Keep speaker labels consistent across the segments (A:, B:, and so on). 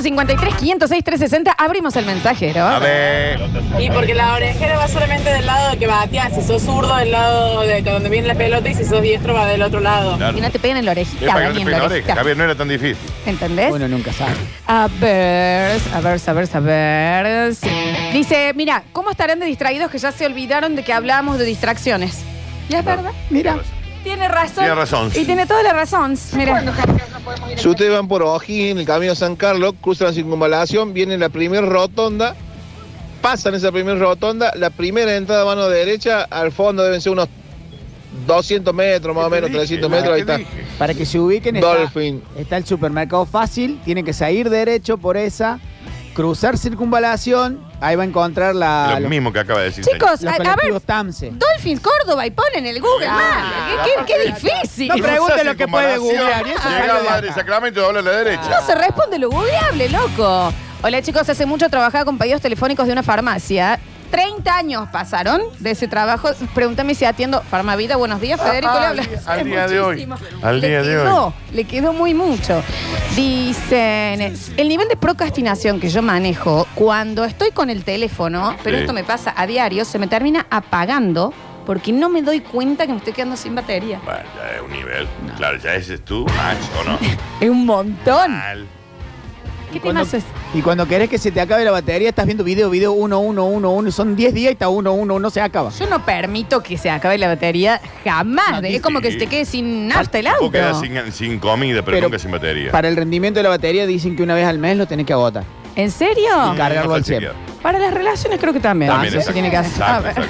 A: 153, 506, 360. Abrimos el mensajero.
B: A ver.
C: Y porque la orejera va solamente del lado que batea. Si sos zurdo, del lado de donde viene la pelota. Y si sos diestro, va del otro lado.
B: Claro.
A: Y no te peguen en la orejita.
B: Es para que no
A: Dani,
B: te
A: en
B: peguen
A: la
B: la
A: orejita.
B: oreja. Javier, no era tan difícil.
A: ¿Entendés?
D: Uno nunca sabe.
A: A ver, a ver, a ver, a ver. Sí. Dice, mira, ¿cómo estarán de distraídos que ya se olvidaron de que hablábamos de distracciones? Y es verdad, mira. Tiene razón.
B: Tiene razón.
A: Y tiene toda la razón. Mira.
E: Si ustedes van por Ojín, en el camino a San Carlos, cruzan la circunvalación, vienen la primera rotonda, pasan esa primera rotonda, la primera entrada a mano derecha, al fondo deben ser unos 200 metros, más o
B: ¿Qué te
E: menos,
B: dije?
E: 300 metros, ahí
B: ¿Qué te
E: está.
B: dije?
D: Para que se ubiquen está,
E: Dolphin.
D: está el supermercado fácil, tienen que salir derecho por esa, cruzar circunvalación, ahí va a encontrar la,
B: Lo
D: los,
B: mismo que acaba de decir. señor.
A: Chicos,
D: los
A: a, a ver,
D: colectivos Tamse.
A: Dolphins Córdoba y ponen el Google
B: Ah,
A: Maps. Qué- qué- qué difícil.
D: No, pero- pregunte lo que puede googlear, y eso sale
B: Llega
D: de
B: a Madre
D: acá.
B: Sacramento y dobla a la derecha.
A: No se responde lo googleable, loco. Hola chicos, hace mucho trabajaba con pedidos telefónicos de una farmacia. 30 años pasaron de ese trabajo. Pregúntame si atiendo Farmavida. Buenos días, Federico. le
B: Ah,
A: habla.
B: al día- al día de hoy.
A: Muchísimo.
B: Al
A: Le
B: día de hoy.
A: quedó, Le quedó muy mucho. Dicen, el nivel de procrastinación que yo manejo cuando estoy con el teléfono, pero
B: Sí.
A: esto me pasa a diario, se me termina apagando porque no me doy cuenta que me estoy quedando sin batería.
B: Bueno, ya es un nivel. Claro, ya ese es tu match, ¿o no?
A: Es un montón.
B: Mal.
A: ¿Qué te
D: Cuando-
A: haces?
D: y cuando querés que se te acabe la batería, estás viendo video, video 1, 1, 1, 1, y son 10 días y está 1, 1, 1, se acaba.
A: Yo no permito que se acabe la batería jamás. ¿eh?
D: No,
A: es como que
B: sí.
A: se te quede sin nafta el
B: Vos
A: auto.
B: quedás sin, sin comida, pero,
D: Pero-
B: nunca sin batería.
D: Para el rendimiento de la batería dicen que una vez al mes lo tenés que agotar.
A: ¿En serio?
D: Y cargarlo
B: Está
D: al 100.
B: chequeado.
A: Para las relaciones creo que también.
B: También,
A: Ah, eso
B: exacto.
A: tiene que hacer. A
B: Exacto,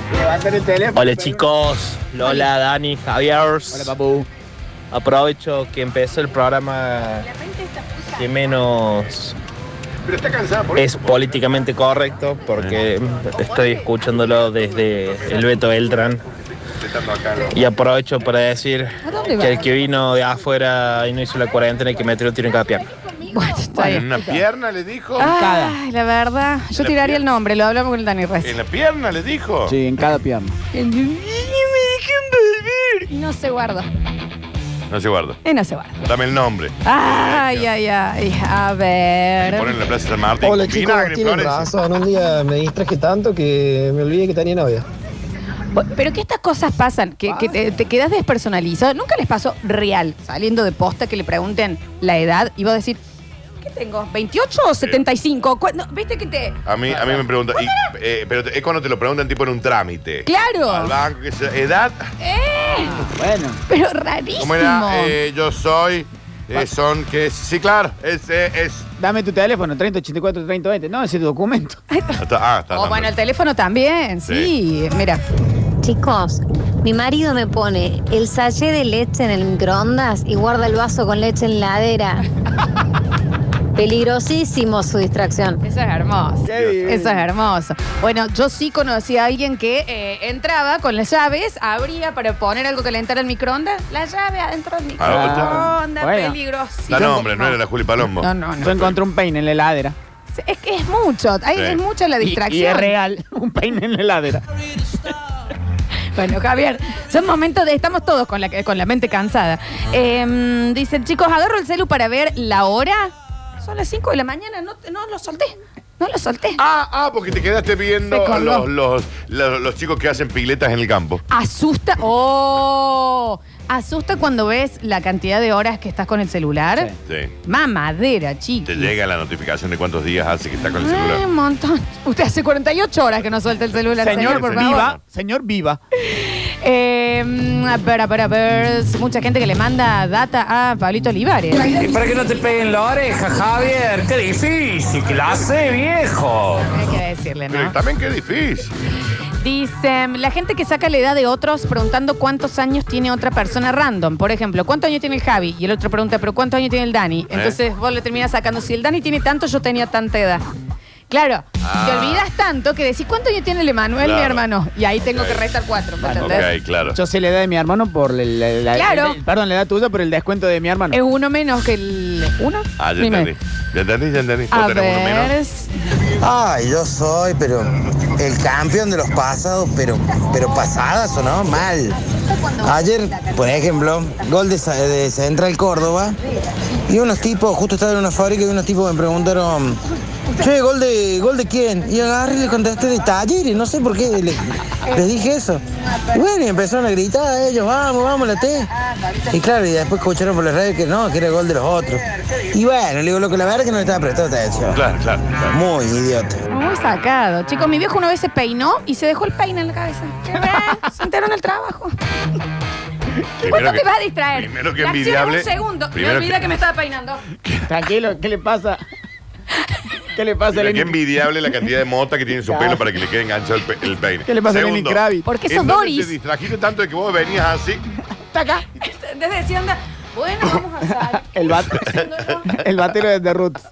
A: ver.
B: exacto.
F: Hola chicos, Lola, Dani, Javier.
D: Hola, papu.
F: Aprovecho que empezó el programa que menos es políticamente correcto porque estoy escuchándolo desde el Beto Beltrán. Y aprovecho para decir
A: ¿A dónde va?
F: que el que vino de afuera y no hizo la cuarentena hay que meter un tiro en cada pierna.
A: Bueno, está
B: Bueno, en
A: bien.
B: una pierna le dijo.
A: Ah. Ay, la verdad. Yo
B: La
A: tiraría
B: pierna.
A: el nombre, lo hablamos con el Dani
B: En
A: recién.
B: la pierna le dijo.
D: Sí, en cada pierna.
A: Y no se guarda.
B: No se guarda.
A: Y Eh, no se guarda.
B: Dame el nombre.
A: Ay, ay, ay. A
B: Le ponen en
A: ver.
B: la Plaza San Martín.
G: Hola chicos,
B: Vinagre,
G: tienen
B: Florencia.
G: razón. Un día me distraje tanto que me olvidé que tenía novia.
A: Pero que estas cosas pasan, que, que te, te quedas despersonalizado. Nunca les pasó real, saliendo de posta, que le pregunten la edad y vos decir, ¿qué tengo? ¿28 o 75? ¿Cuándo? ¿Viste que te.?
B: A mí, a mí me pregunta, y, eh, pero te- es cuando te lo preguntan tipo en un trámite.
A: Claro.
B: Al banco, que sea, edad,
D: Bueno,
A: Pero rarísimo.
B: ¿cómo era? Eh, yo soy, eh, son, que es, sí, claro, es, eh, es.
D: dame tu teléfono, 30, 84, 30, 20. No, ese documento.
B: Ah, está, ah, está,
A: o
B: está.
A: Oh, bueno, el teléfono también, sí. Mira,
H: Chicos, mi marido me pone el sachet de leche en el microondas y guarda el vaso con leche en la ladera. Peligrosísimo su distracción.
A: eso es hermoso. Eso es hermoso. Bueno, yo sí conocí a alguien que eh, entraba con las llaves, abría para poner algo que le entrara el microondas, la llave adentro del
B: Ah,
A: microondas,
D: bueno.
A: peligrosísimo.
B: Da nombre, no era la Juli Palombo.
A: No, no, no.
D: Yo encontré un peine en la heladera.
A: Es que es mucho, hay,
B: Sí.
A: es mucha la
D: Y-
A: distracción.
D: Y, es real, un peine en la heladera.
A: Bueno, Javier, son momentos de. Estamos todos con la, con la mente cansada. Em, dicen, chicos, agarro el celu para ver la hora. Son las 5 de la mañana, no, te- no lo solté. No lo solté.
B: Ah, ah, porque te quedaste viendo
A: Se colgó.
B: a los, los, los, los chicos que hacen piletas en el campo.
A: Asusta. ¡Oh! Asusta cuando ves la cantidad de horas que estás con el celular.
D: Sí.
B: Sí.
A: Mamadera, chicos.
B: Te llega la notificación de cuántos días hace que está con el celular.
A: un montón. Usted hace 48 horas que no suelta el celular, señor,
D: Señor,
A: por favor.
D: viva, señor, viva.
A: Em, a ver, a ver, a ver. Mucha gente que le manda data a Pablito Olivares.
I: Y para que no te peguen la oreja, Javier, qué difícil, que la hace viejo.
A: Hay que decirle, ¿no?
B: Pero también qué difícil.
A: Dicen, la gente que saca la edad de otros preguntando cuántos años tiene otra persona random. Por ejemplo, ¿cuántos años tiene el Javi? Y el otro pregunta, ¿pero cuántos años tiene el
B: ¿Eh?
A: Dani? Entonces vos le terminás sacando, si el Dani tiene tanto, yo tenía tanta edad. Claro,
B: Ah.
A: te olvidas tanto que decís, ¿cuántos años tiene el Emanuel, mi
B: Claro.
A: hermano? Y ahí tengo
B: Ok.
A: que restar cuatro, ¿me
B: Ok,
A: entendés?
B: claro.
D: Yo sé la edad de mi hermano por el- la, la-
A: Claro. Eh.
D: el- perdón, la edad tuya por el descuento de mi hermano.
A: Es uno menos que el... ¿Uno?
B: Ah, ya
A: Ni menos.
B: entendí. Ya entendí, ya entendí.
A: A
B: ¿Vos tenés uno menos?
A: ver...
J: Ay, yo soy, pero el campeón de los pasados, pero, pero pasadas o no, mal. Ayer, por ejemplo, gol de, Sa- de Central Córdoba, Y unos tipos, justo estaba en una fábrica y unos tipos me preguntaron, che, gol de, gol de quién? Y agarré y le contesté de Talleres, no sé por qué le- les dije eso. Y bueno, y empezaron a gritar a ellos, vamos, vamos, la T. Y claro, y después escucharon por la radio que no, que era gol de los otros. Y bueno, le digo, loco, la verdad es que no le estaba prestando atención.
B: Claro, claro.
J: Muy idiota.
A: Muy sacado. Chicos, mi viejo una vez se peinó y se dejó el peine en la cabeza. ¿Qué ves? Se enteró en el trabajo.
B: Primero
A: ¿Cuánto
B: que-
A: te vas a distraer?
B: primero que
A: La acción es
B: envidiable.
A: Un segundo.
B: Primero
A: me olvidé que...
B: que-
A: me estaba peinando.
D: Tranquilo, ¿qué le pasa? ¿Qué le pasa
B: Mira,
D: a
B: qué
D: Lenny?
B: envidiable la cantidad de mota que tiene su
D: Claro.
B: pelo para que le quede enganchado el, pe- el peine.
D: ¿Qué le pasa a Lenny
B: Segundo,
D: Kravitz?
A: Porque
B: ¿en
A: sos
B: dónde
A: Doris.
B: Te distrajiste tanto de que vos venías así.
D: Está acá.
A: Este, Desde decía, anda, bueno, vamos a salir.
D: El, bat- el batero de The Roots.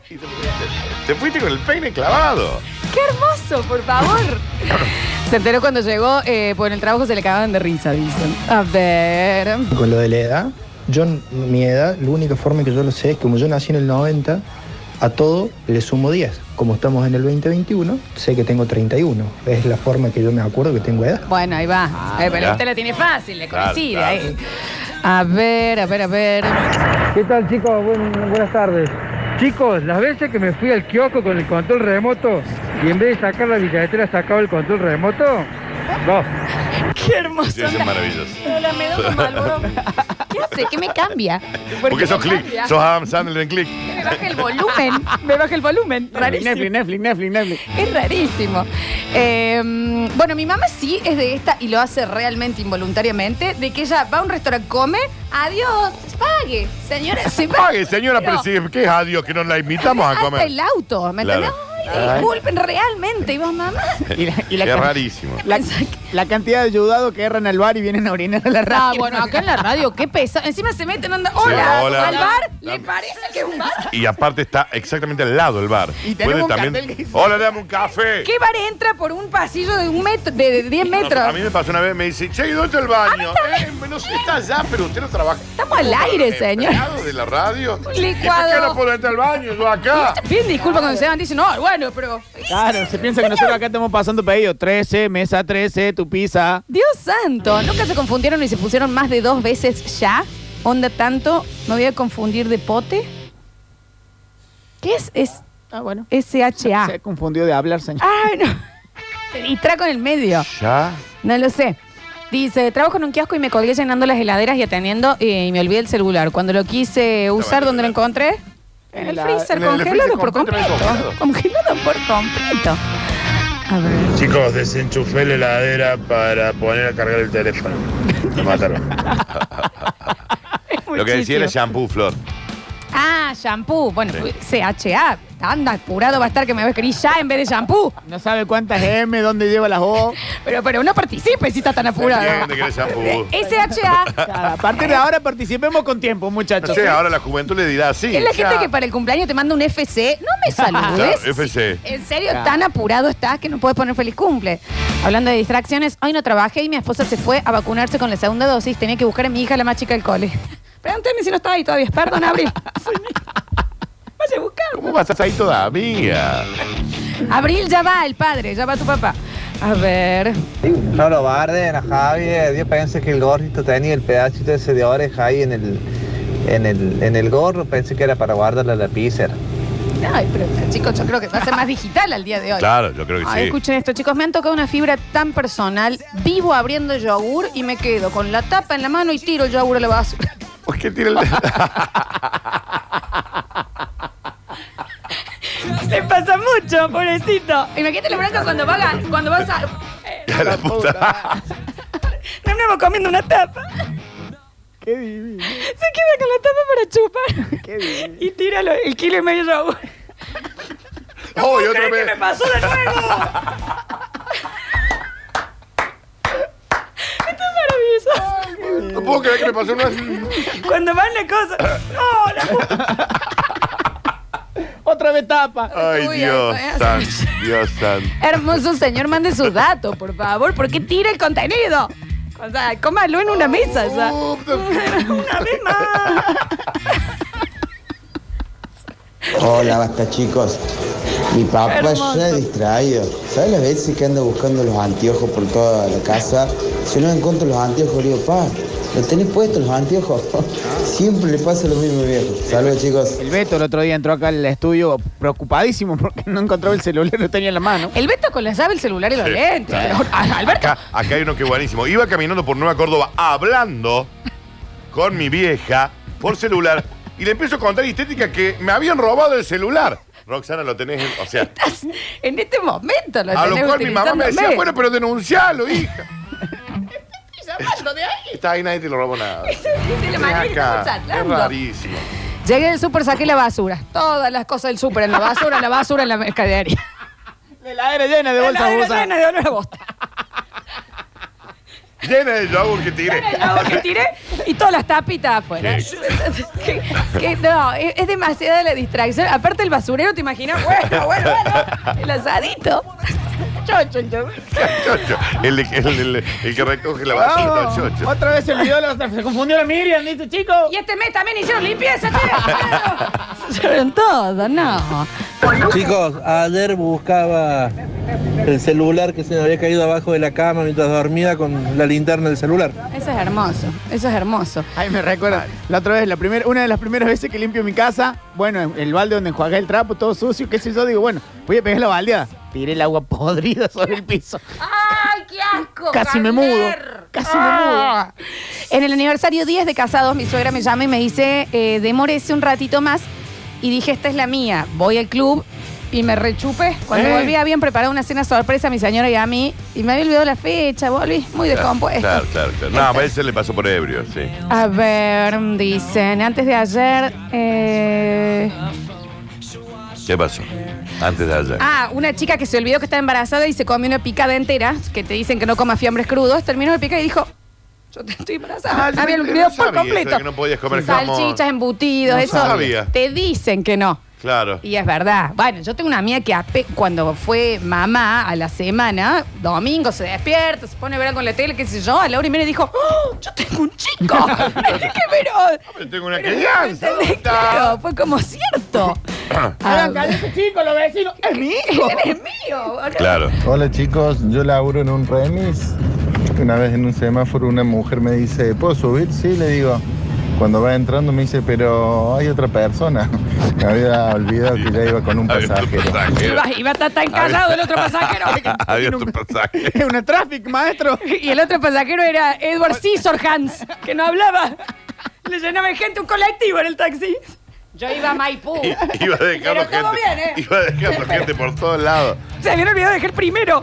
B: Te fuiste con el peine clavado.
A: ¡Qué hermoso, por favor! Se enteró cuando llegó, eh, pues en el trabajo se le cagaban de risa, dicen. A ver.
G: Con lo de la edad, yo, n- mi edad, la única forma que yo lo sé es que como yo nací en el 90, a todo le sumo 10. Como estamos en el 2021, sé que tengo 31. Es la forma que yo me acuerdo que tengo edad.
A: Bueno, ahí va. Eh, pero
B: mira.
A: usted la tiene fácil, le
B: Ah, Claro,
A: coincide.
B: claro.
A: ahí. A ver, a ver, a ver.
K: ¿Qué tal chicos? Buen- buenas tardes. Chicos, las veces que me fui al kiosco con el control remoto y en vez de sacar la billetera sacaba el control remoto, no.
A: ¡Qué hermoso!
B: Sí, es maravilloso.
A: Hola, me doy un Marlboro. ¿Qué hace? ¿Qué me cambia?
B: Porque sos click.
A: cambia?
B: Sos Adam Sandler en click.
A: Me baja el volumen. Me baja el volumen. Rarísimo.
D: Netflix, Netflix, Netflix, Netflix.
A: Es rarísimo. Eh, bueno, mi mamá sí es de esta y lo hace realmente involuntariamente, de que ella va a un restaurante, come, adiós, pague, señora, se va.
B: Pague, señora, pero si, ¿qué es adiós que nos la invitamos a
A: Hasta
B: comer?
A: el auto, ¿me
B: Claro.
A: entendés? Ay, disculpen, realmente, y vos, mamá.
D: Y la, y la
B: Qué
D: can-
B: rarísimo.
D: la- la cantidad de ayudados que erran al bar y vienen a orinar a la radio.
A: Ah, bueno, acá en la radio, qué pesado. Encima se meten, onda, hola,
B: hola.
A: al bar, ¿le
B: Dame.
A: parece que es un bar?
B: Y aparte está exactamente al lado el bar.
D: Y tenemos un cartel que dice-
B: Hola, dame un café.
A: ¿Qué bar entra por un pasillo de un metro, de 10
B: No,
A: metros?
B: a mí me pasó una vez, me dice, che, ¿y ¿dónde está el baño? Eh, no sé, está allá, pero usted no trabaja.
A: Estamos al aire, señor.
B: empleado de la radio.
A: licuado.
B: ¿Y por qué no puedo entrar al baño? Yo acá.
A: Bien, disculpa cuando se van, dicen, no, bueno, pero...
D: Claro, se piensa que nosotros acá estamos pasando pedidos. 13, mesa 13, tu pizza.
A: Dios santo, ¿nunca se confundieron y se pusieron más de dos veces ya? ¿Onda tanto? ¿Me voy a confundir de pote? ¿Qué es? Es
D: Ah, bueno.
A: SHA.
D: Se confundió de hablar, señor.
A: Ay, Ah, no. Y traco en el medio.
B: Ya.
A: No lo sé. Dice, trabajo en un kiosco y me colgué llenando las heladeras y atendiendo eh, y me olvidé el celular. Cuando lo quise usar, ¿dónde lo encontré? En el
D: la-
A: freezer,
B: en el
A: congelado
B: freezer
A: por completo.
B: completamente
A: Congelado por completo. A ver.
I: Chicos, desenchufé la heladera para poner a cargar el teléfono. Me mataron.
B: Lo que decía era shampoo, Flor.
A: Ah, shampoo. Bueno, CHA. Anda, apurado va a estar que me va a escribir ya en vez de shampoo.
D: No sabe cuántas M, dónde lleva las O.
A: Pero, pero no participe si está tan apurado.
B: Entiende que era shampoo.
A: SHA.
D: Claro, a partir de ahora participemos con tiempo,
B: No
D: muchachos.
B: sé, ahora la juventud le dirá así.
A: Es la gente
B: ya.
A: que para el cumpleaños te manda un FC. No me saludes.
B: Claro, FC.
A: En serio,
D: Claro.
A: tan apurado estás que no puedes poner feliz cumple. Hablando de distracciones, hoy no trabajé y mi esposa se fue a vacunarse con la segunda dosis. Tenía que buscar a mi hija, la más chica del cole. Pregúntame si no estaba ahí todavía. Perdón, Abril. Soy mi hija. Vaya a buscar.
B: ¿Cómo vas a estar ahí todavía?
A: Abril ya va el padre, ya va tu papá. A ver.
G: No lo barden a Javier. Yo pensé eh, que el gorrito tenía el pedacito ese de oreja ahí en el, en el, en el gorro. Pensé que era para guardar la lapicera.
A: Ay, pero chicos, yo creo que va a ser más digital al día de hoy.
B: Claro, yo creo que
A: Ay,
B: sí.
A: escuchen esto, chicos, me han tocado una fibra tan personal. Vivo abriendo yogur y me quedo con la tapa en la mano y tiro el yogur a la basura.
B: ¿Por qué tira el dedo?
A: Se pasa mucho, pobrecito. Imagínate la blanca cuando va a- cuando vas a.
B: a la puta?
A: Nos andamos comiendo una tapa.
D: Qué divino.
A: Se queda con la tapa para chupar. Y tira lo- el kilo y medio de yogur.
B: ¡Oh, y otra
A: ¿Crees que
B: vez!
A: me pasó de nuevo? Esto es maravilloso.
B: No puedo creer que me pasó una vez.
A: Cuando van las cosas. ¡Oh, la puta!
D: Otra vez tapa.
B: Ay,
A: Uy,
B: Dios
A: ay, ay.
B: santo, Dios santo.
A: Hermoso señor, mande sus datos, por favor. ¿Por qué tira el contenido? O sea, cómalo en una mesa ya.
B: Oh. Uh,
A: una vez más.
J: Hola, basta chicos. Mi papá
A: Hermoso.
J: ya es distraído. ¿Sabes las veces que anda buscando los anteojos por toda la casa? Si no encuentro los anteojos, le digo, pa, Lo tenés puesto los anteojos. Siempre le pasa lo mismo, viejo. Saludos, chicos.
D: El Beto el otro día entró acá al estudio preocupadísimo porque no encontró el celular, lo tenía en la mano.
A: El Beto con la llave, el celular y los
B: Sí,
A: lentes.
B: claro.
A: Ah, Alberto.
B: ¿eh? Acá, acá hay uno que es buenísimo. Iba caminando por Nueva Córdoba hablando con mi vieja por celular y le empiezo a contar estética que me habían robado el celular. Roxana, lo tenés. en- O sea,
A: Estás en este momento. Lo
B: a lo
A: tenés
B: cual mi mamá me decía,
A: utilizándome.
B: bueno, pero denuncialo, hija.
A: Llamando de ahí.
B: Está ahí, nadie te lo robó nada.
A: De la manera que
B: Ven acá.
A: estamos
B: Es
A: charlando.
B: rarísimo.
A: Llegué del súper, saqué la basura. Todas las cosas del súper, en la basura, en la basura, en la mercadería.
D: La heladera llena de
A: La
D: bolsas
A: heladera
B: ah.
D: usadas.
A: llena de olor a bosta.
B: Llena de yogur que tiré.
A: El agua que tiré y todas las tapitas afuera.
B: Sí.
A: Que- que no, es, es demasiada la distracción. Aparte el basurero, ¿te imaginas? Bueno, bueno, bueno. El asadito. Chocho, el chocho.
B: Chocho, el, el- el- el que recoge la basura,
D: Vamos.
B: chocho.
D: Otra vez se olvidó, la- se confundió la Miriam, ¿viste, chico?
A: Y este mes también hicieron limpieza, che. Hicieron todo, no.
J: Chicos, ayer buscaba el celular que se me había caído abajo de la cama mientras dormía con la linterna del celular.
A: Eso es hermoso, eso es hermoso.
D: Ay, me recuerda. La otra vez, la primera, una de las primeras veces que limpio mi casa, bueno, el balde donde enjuagué el trapo, todo sucio, qué sé yo, digo, bueno, voy a pegar la baldeada. Tiré el agua podrida sobre el piso.
A: ¡Ay, qué asco!
D: Casi me mudo. Casi me
A: Ah. En el aniversario 10 de casados, mi suegra me llama y me dice, eh, demórese un ratito más. Y dije, esta es la mía. Voy al club y me rechupé. Cuando
B: ¿Eh?
A: volví, habían preparado una cena sorpresa a mi señora y a mí. Y me había olvidado la fecha, volví muy descompuesta.
B: Claro, claro, claro. No, a veces le pasó por ebrio, sí.
A: A ver, dicen, antes de ayer... eh,
B: ¿Qué pasó? Antes de ayer.
A: Ah, una chica que se olvidó que está embarazada y se comió una picada entera, que te dicen que no comas fiambres crudos, terminó de picar y dijo, yo te estoy embarazada.
B: Ah, yo
A: Había
B: no-
A: olvidado
B: no
A: por
B: sabía eso
A: completo.
B: de que no podías comer jamón.
A: Salchichas, embutidos,
B: No
A: eso.
B: sabía.
A: Te dicen que no.
B: Claro.
A: Y es verdad. Bueno, yo tengo una amiga que ape- cuando fue mamá a la semana, domingo se despierta, se pone a ver algo en la tele, qué sé yo, a la hora y media dijo, ¡Oh, yo tengo un chico. ¡Qué pero!
B: Tengo una crianza.
A: ¿Entendés? Claro, fue como cierto. Ah,
D: Hagan callar ese chico, los vecinos. Es mi hijo.
A: ¡Eres mío!
B: Claro.
L: Hola chicos, yo laburo en un remis. Una vez en un semáforo una mujer me dice, ¿puedo subir? Sí, le digo. Cuando va entrando me dice, pero hay otra persona. Me había olvidado que ya iba con un pasajero.
A: Iba, iba a estar tan callado el otro pasajero.
B: Había otro pasaje.
D: Es una traffic, maestro.
A: Y el otro pasajero era Edward Scissorhands, que no hablaba. Le llenaba de gente un colectivo en el taxi. Yo iba a Maipú.
B: I- Iba dejando
A: Pero todo
B: gente.
A: bien, ¿eh?
B: Iba dejando gente por todos lados.
A: Se habían olvidado de dejar primero.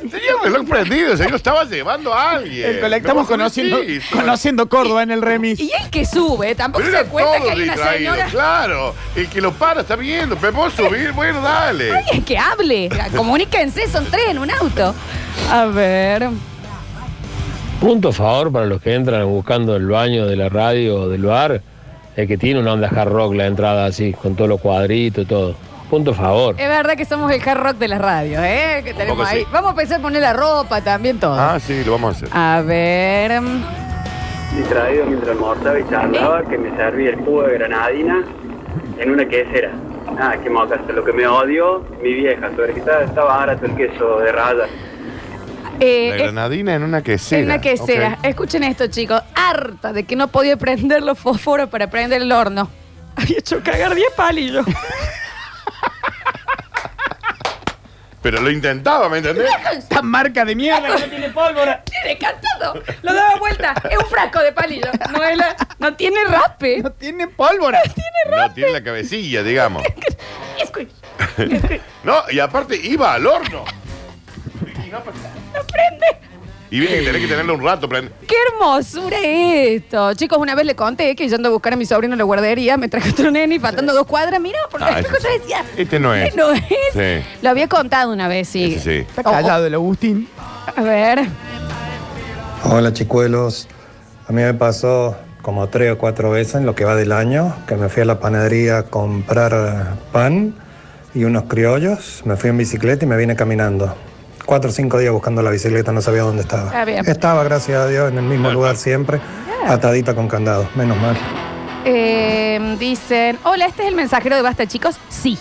B: Tenía un reloj prendido, señor. Estaba llevando a alguien.
D: El cole- Estamos
B: No,
D: conociendo,
B: sí, sí.
D: conociendo Córdoba en el remis.
A: Y el que sube tampoco
B: Pero
A: se
B: era
A: da cuenta que
B: todo
A: hay una
B: distraído,
A: señora.
B: claro. El que lo para está viendo. Pero puedo subir, bueno, dale.
A: Alguien que hable. Comuníquense, son tres en un auto. A ver.
M: Punto a favor para los que entran buscando el baño de la radio o del bar, el que tiene una onda hard rock la entrada así, con todos los cuadritos y todo. Punto a favor.
A: Es verdad que somos el hard rock de las radios, ¿eh? Que tenemos
B: poco
A: ahí.
B: sí.
A: Vamos a pensar en poner la ropa también, todo.
B: Ah, sí, lo vamos a hacer.
A: A ver.
N: Distraído mientras almorzaba y charlaba, que me serví el jugo de granadina en una quesera. Ah, Nada, que mocaste. Lo que me odio, mi vieja, sobre que está, está barato el queso de raya.
A: Eh,
B: La
A: eh,
B: granadina en una quesera.
A: En una quesera. Escuchen esto, chicos. Harta de que no podía prender los fósforos para prender el horno. Había hecho cagar 10 palillos.
B: Ok. Pero lo intentaba, ¿me entendés?
D: Esta marca de mierda que no tiene pólvora.
A: tiene cantado. Lo daba vuelta. Es un frasco de palillos. No, es la- no tiene raspe.
D: No tiene pólvora.
B: No tiene la cabecilla, digamos.
A: Escucha,
B: No, y aparte iba al horno.
A: No prende.
B: Y viene que tenés que tenerlo un rato. prende-
A: ¡Qué hermosura es esto! Chicos, una vez le conté que yo ando a buscar a mi sobrino en la guardería, me traje otro nene y faltando dos cuadras, mira, por
B: Ah,
A: la
B: este-
A: yo decía.
B: este no es.
A: "Este no es".
B: Sí.
A: Lo había contado una vez, sí. Oh,
B: Sí.
D: Está callado el Agustín.
A: A ver.
O: Hola chicuelos, a mí me pasó como tres o cuatro veces en lo que va del año, que me fui a la panadería a comprar pan y unos criollos, me fui en bicicleta y me vine caminando. Cuatro o cinco días buscando la bicicleta, no sabía dónde estaba.
A: Está bien.
O: Estaba, gracias a Dios, en el mismo lugar siempre, atadita con candado, menos mal.
A: Em, Eh, dicen, hola, este es el mensajero de Basta, chicos. Sí.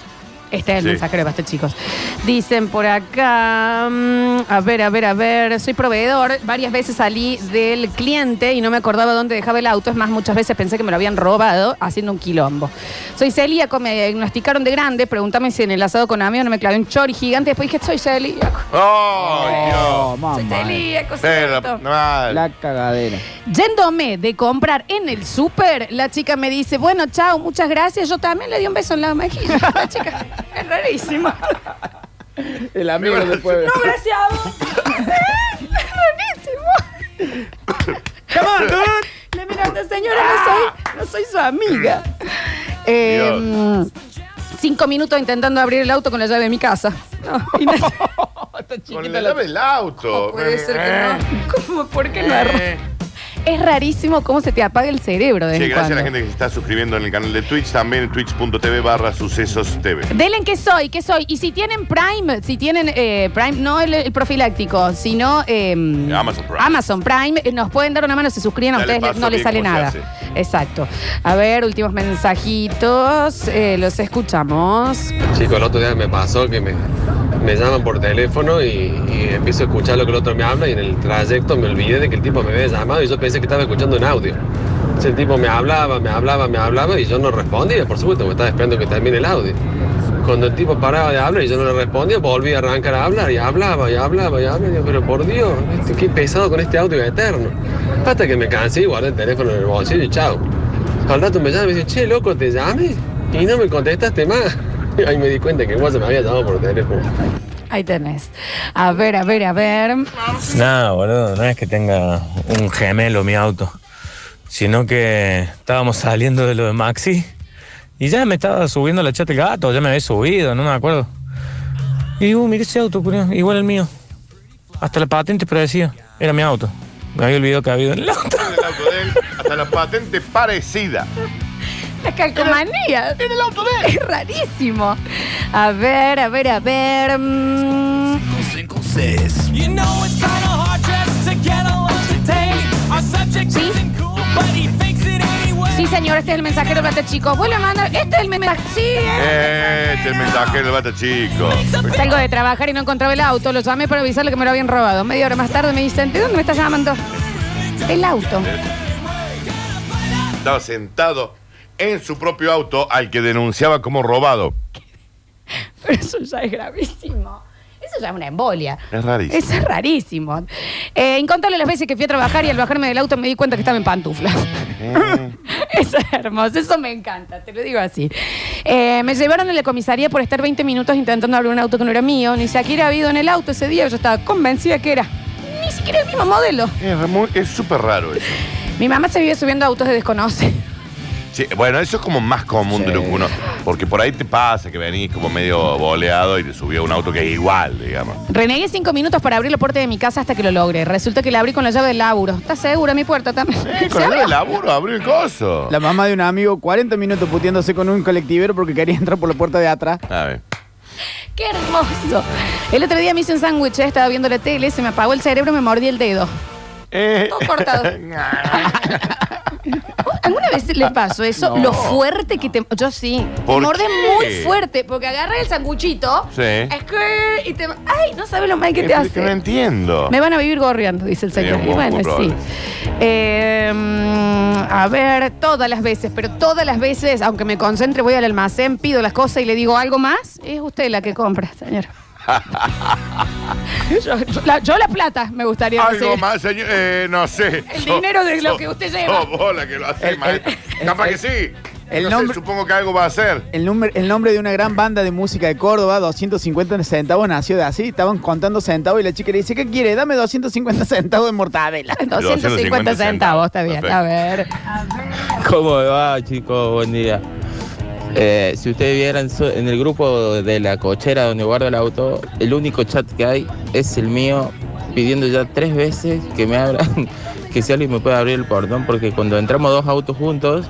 A: Este es el
B: Sí.
A: mensajero de Basta, chicos. Dicen por acá, mm, a ver, a ver, a ver, soy proveedor. Varias veces salí del cliente y no me acordaba dónde dejaba el auto. Es más, muchas veces pensé que me lo habían robado haciendo un quilombo. Soy celíaco, me diagnosticaron de grande. Pregúntame si en el asado con amigos no me clavé un chori gigante. Después dije, soy celíaco.
B: ¡Oh, Dios!
A: Soy celíaco,
B: Pero,
A: ¿cierto?
B: madre.
D: La cagadera.
A: Yéndome de comprar en el súper, la chica me dice, bueno, chao, muchas gracias. Yo también le di un beso en la mejilla. La chica, es rarísimo.
D: El amigo del pueblo.
A: No, gracias a vos. Sí, es rarísimo. Le miro a esta señora, no soy, no soy su amiga. Eh, cinco minutos intentando abrir el auto con la llave de mi casa. No, y no-
B: Con la llave del auto.
A: Oh, puede ser que no. ¿Cómo? ¿Por qué no?
B: Oh, Eh.
A: Es rarísimo cómo se te apaga el cerebro. De
B: Sí,
A: vez en
B: gracias a la
A: cuando.
B: gente que se está suscribiendo en el canal de Twitch, también twitch.tv barra sucesos TV.
A: Delen qué soy, qué soy. Y si tienen Prime, si tienen eh, Prime, no el, el profiláctico, sino eh,
B: Amazon Prime.
A: Amazon Prime, eh, nos pueden dar una mano, se suscriben a
B: Ya
A: ustedes,
B: les paso
A: no les
B: bien
A: sale
B: cómo se
A: nada.
B: hace.
A: Exacto. A ver, últimos mensajitos, eh, los escuchamos.
P: Chicos, el otro día me pasó que me, me llaman por teléfono y, y empiezo a escuchar lo que el otro me habla y en el trayecto me olvidé de que el tipo me había llamado y yo pensé que estaba escuchando un audio. Entonces el tipo me hablaba, me hablaba, me hablaba y yo no respondía, por supuesto, porque estaba esperando que termine el audio. Cuando el tipo paraba de hablar y yo no le respondía, volví a arrancar a hablar y hablaba y hablaba y hablaba. Y digo, pero por Dios, este- qué pesado con este audio eterno. Hasta que me cansé y guardé el teléfono en el bolsillo y chao. Al rato me llama y me dice, che, loco, te llamé y no me contestaste más. Ahí me di cuenta que vos se me había llamado por teléfono.
A: Ahí tenés. A ver, a ver, a ver.
Q: Nada, boludo, no es que tenga un gemelo mi auto, sino que estábamos saliendo de lo de Maxi y ya me estaba subiendo la chata el gato, ya me había subido, no me acuerdo. Y digo, mirá ese auto, curioso, igual el mío. Hasta la patente parecía, era mi auto. Me había olvidado que había ido en el auto.
B: El auto de él, hasta la patente parecida.
A: La calcomanía. En el auto de Es rarísimo. A ver, a ver, a ver. mm. ¿Sí? Sí, señor, este es el mensajero plata, chicos. Vos le mandas. Este es el mensaje. Sí, eh.
B: Este el mensaje del bata chico.
A: Salgo de trabajar y no encontraba el auto. Lo llamé para avisarle que me lo habían robado. Media hora más tarde me dicen, ¿de dónde me estás llamando? El auto.
B: Estaba sentado en su propio auto al que denunciaba como robado.
A: Pero eso ya es gravísimo. Eso ya es una embolia.
B: Es rarísimo.
A: Eso es rarísimo. Eh, incontable las veces que fui a trabajar y al bajarme del auto me di cuenta que estaba en pantuflas.
B: Eh.
A: eso es hermoso, eso me encanta, te lo digo así. Eh, me llevaron a la comisaría por estar 20 minutos intentando abrir un auto que no era mío. Ni siquiera había ido en el auto ese día, yo estaba convencida que era. Ni siquiera el mismo modelo.
B: Es muy- Es súper raro eso.
A: Mi mamá se vive subiendo a autos de desconoce.
B: Sí, bueno, eso es como más común de lo que uno. Porque por ahí te pasa que venís como medio boleado y te subió un auto que es igual, digamos.
A: Renegué cinco minutos para abrir la puerta de mi casa hasta que lo logré. Resulta que la abrí con la llave del laburo. ¿Estás segura mi puerta también?
B: Sí, Eh,
A: ¿Se
B: con el
A: abrió?
B: del laburo, abrió el coso.
D: La mamá de un amigo, 40 minutos puteándose con un colectivero porque quería entrar por la puerta de atrás.
B: A ver.
A: ¡Qué hermoso! El otro día me hice un sándwich, eh, estaba viendo la tele, se me apagó el cerebro, me mordí el dedo. Todo cortado. ¿Alguna vez les pasó eso?
B: No.
A: Lo fuerte que te. Yo sí. Te
B: ¿Por
A: mordes
B: qué?
A: muy fuerte, porque agarras el sanguchito.
B: Sí.
A: Es que. Y te. ¡Ay! No sabes lo mal que
B: Eh,
A: te
B: pero es que
A: hace.
B: no entiendo.
A: Me van a vivir gorreando, dice el
B: Sí,
A: señor.
B: muy-
A: y bueno,
B: muy
A: sí.
B: probable.
A: Eh, mm, a ver, todas las veces, pero todas las veces, aunque me concentre, voy al almacén, pido las cosas y le digo algo más. Es usted la que compra, señor. Yo, yo la, yo la plata me gustaría
B: Algo
A: decir.
B: más, señor. Eh, no sé.
A: El dinero de lo que usted lleva.
B: No, vos la que lo hace, maestro. Capaz que sí.
D: el
B: No sé,
D: nombre-
B: supongo que algo va a hacer.
D: El, nombre- el nombre de una gran banda de música de Córdoba, 250 centavos, nació de así. Estaban contando centavos y la chica le dice, ¿qué quiere? Dame 250 centavos de mortadela.
A: 250 centavos, está bien.
D: Perfecto.
A: A ver.
R: ¿Cómo va, chicos? Buen día. Eh, si ustedes vieran so- en el grupo de la cochera donde guardo el auto, el único chat que hay es el mío, pidiendo ya tres veces que me abran, que si alguien me puede abrir el portón, porque cuando entramos dos autos juntos,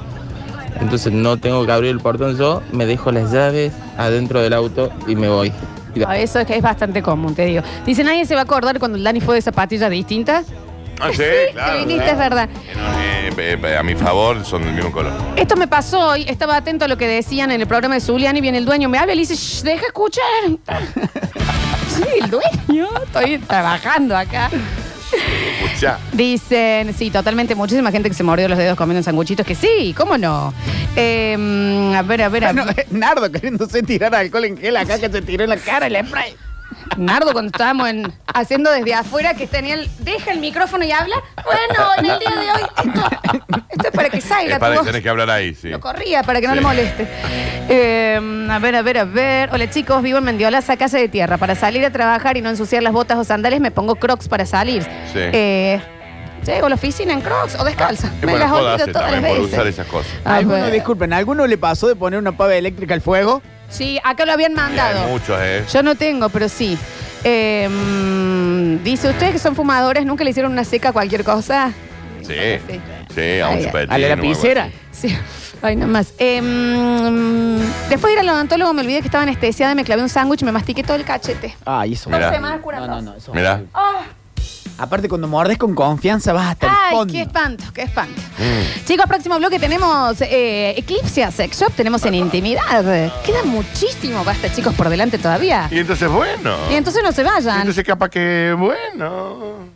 R: entonces no tengo que abrir el portón yo, me dejo las llaves adentro del auto y me voy.
A: Ah, Eso es que es bastante común, te digo. Dice, nadie se va a acordar cuando el Dani fue de zapatillas distintas.
B: Ah, sí, claro.
A: que viniste, es verdad.
B: Eh, eh, eh, a mi favor son del mismo color.
A: Esto me pasó hoy, estaba atento a lo que decían en el programa de Zuliani, viene el dueño, me habla y le dice, "Shh, deja escuchar. sí, el dueño, estoy trabajando acá.
B: Escuchá.
A: Dicen, sí, totalmente, muchísima gente que se mordió los dedos comiendo sanguchitos, que sí, ¿cómo no? Eh, a ver, a ver, a
D: No, eh, Nardo queriéndose tirar alcohol en gel acá que se tiró en la cara el spray.
A: Nardo, cuando estábamos en- haciendo desde afuera, que tenía el, deja el micrófono y habla, bueno, en el día de hoy, esto, esto es para que salga
B: Es
A: tu
B: para
A: voz.
B: tener que hablar ahí, sí.
A: Lo corría para que no
B: Sí.
A: le moleste. Eh, a ver, a ver, a ver. Hola chicos, vivo en Mendiolaza, casa de tierra. Para salir a trabajar y no ensuciar las botas o sandales, me pongo crocs para salir.
B: Sí. Ah,
A: Eh, llego a la oficina en crocs o descalza.
B: Qué
A: me
B: buena
A: las
B: joda
A: olvido
B: hace
A: todas las
B: también por
A: veces.
B: usar esas cosas.
A: A
D: ¿Alguno,
A: ver.
D: disculpen, ¿a ¿alguno le pasó de poner una pava eléctrica al fuego?
A: Sí, acá lo habían
B: Hay
A: mandado.
B: muchos, ¿eh?
A: Yo no tengo, pero sí. Eh, mm, dice, ustedes que son fumadores, ¿nunca le hicieron una seca a cualquier cosa?
B: Sí. Eh, Sí, a un
A: Ay,
B: chupetín.
D: a la
B: o algo
D: lapicera.
B: así.
A: Sí, ay, nomás. Eh, mm, después de ir al odontólogo me olvidé que estaba anestesiada, me clavé un sándwich, me mastiqué todo el cachete.
D: Ah, eso.
A: Dos
D: Mirá.
A: semanas curando.
B: Mirá.
A: Oh,
D: Aparte, cuando mordes con confianza vas hasta el
A: ay,
D: fondo.
A: qué espanto, qué espanto. Chicos, próximo bloque tenemos eh, Eclipse a Sex Shop, tenemos en intimidad. Queda muchísimo basta, chicos, por delante todavía.
B: Y entonces, bueno.
A: Y entonces no se vayan.
B: Entonces, capaz que, bueno.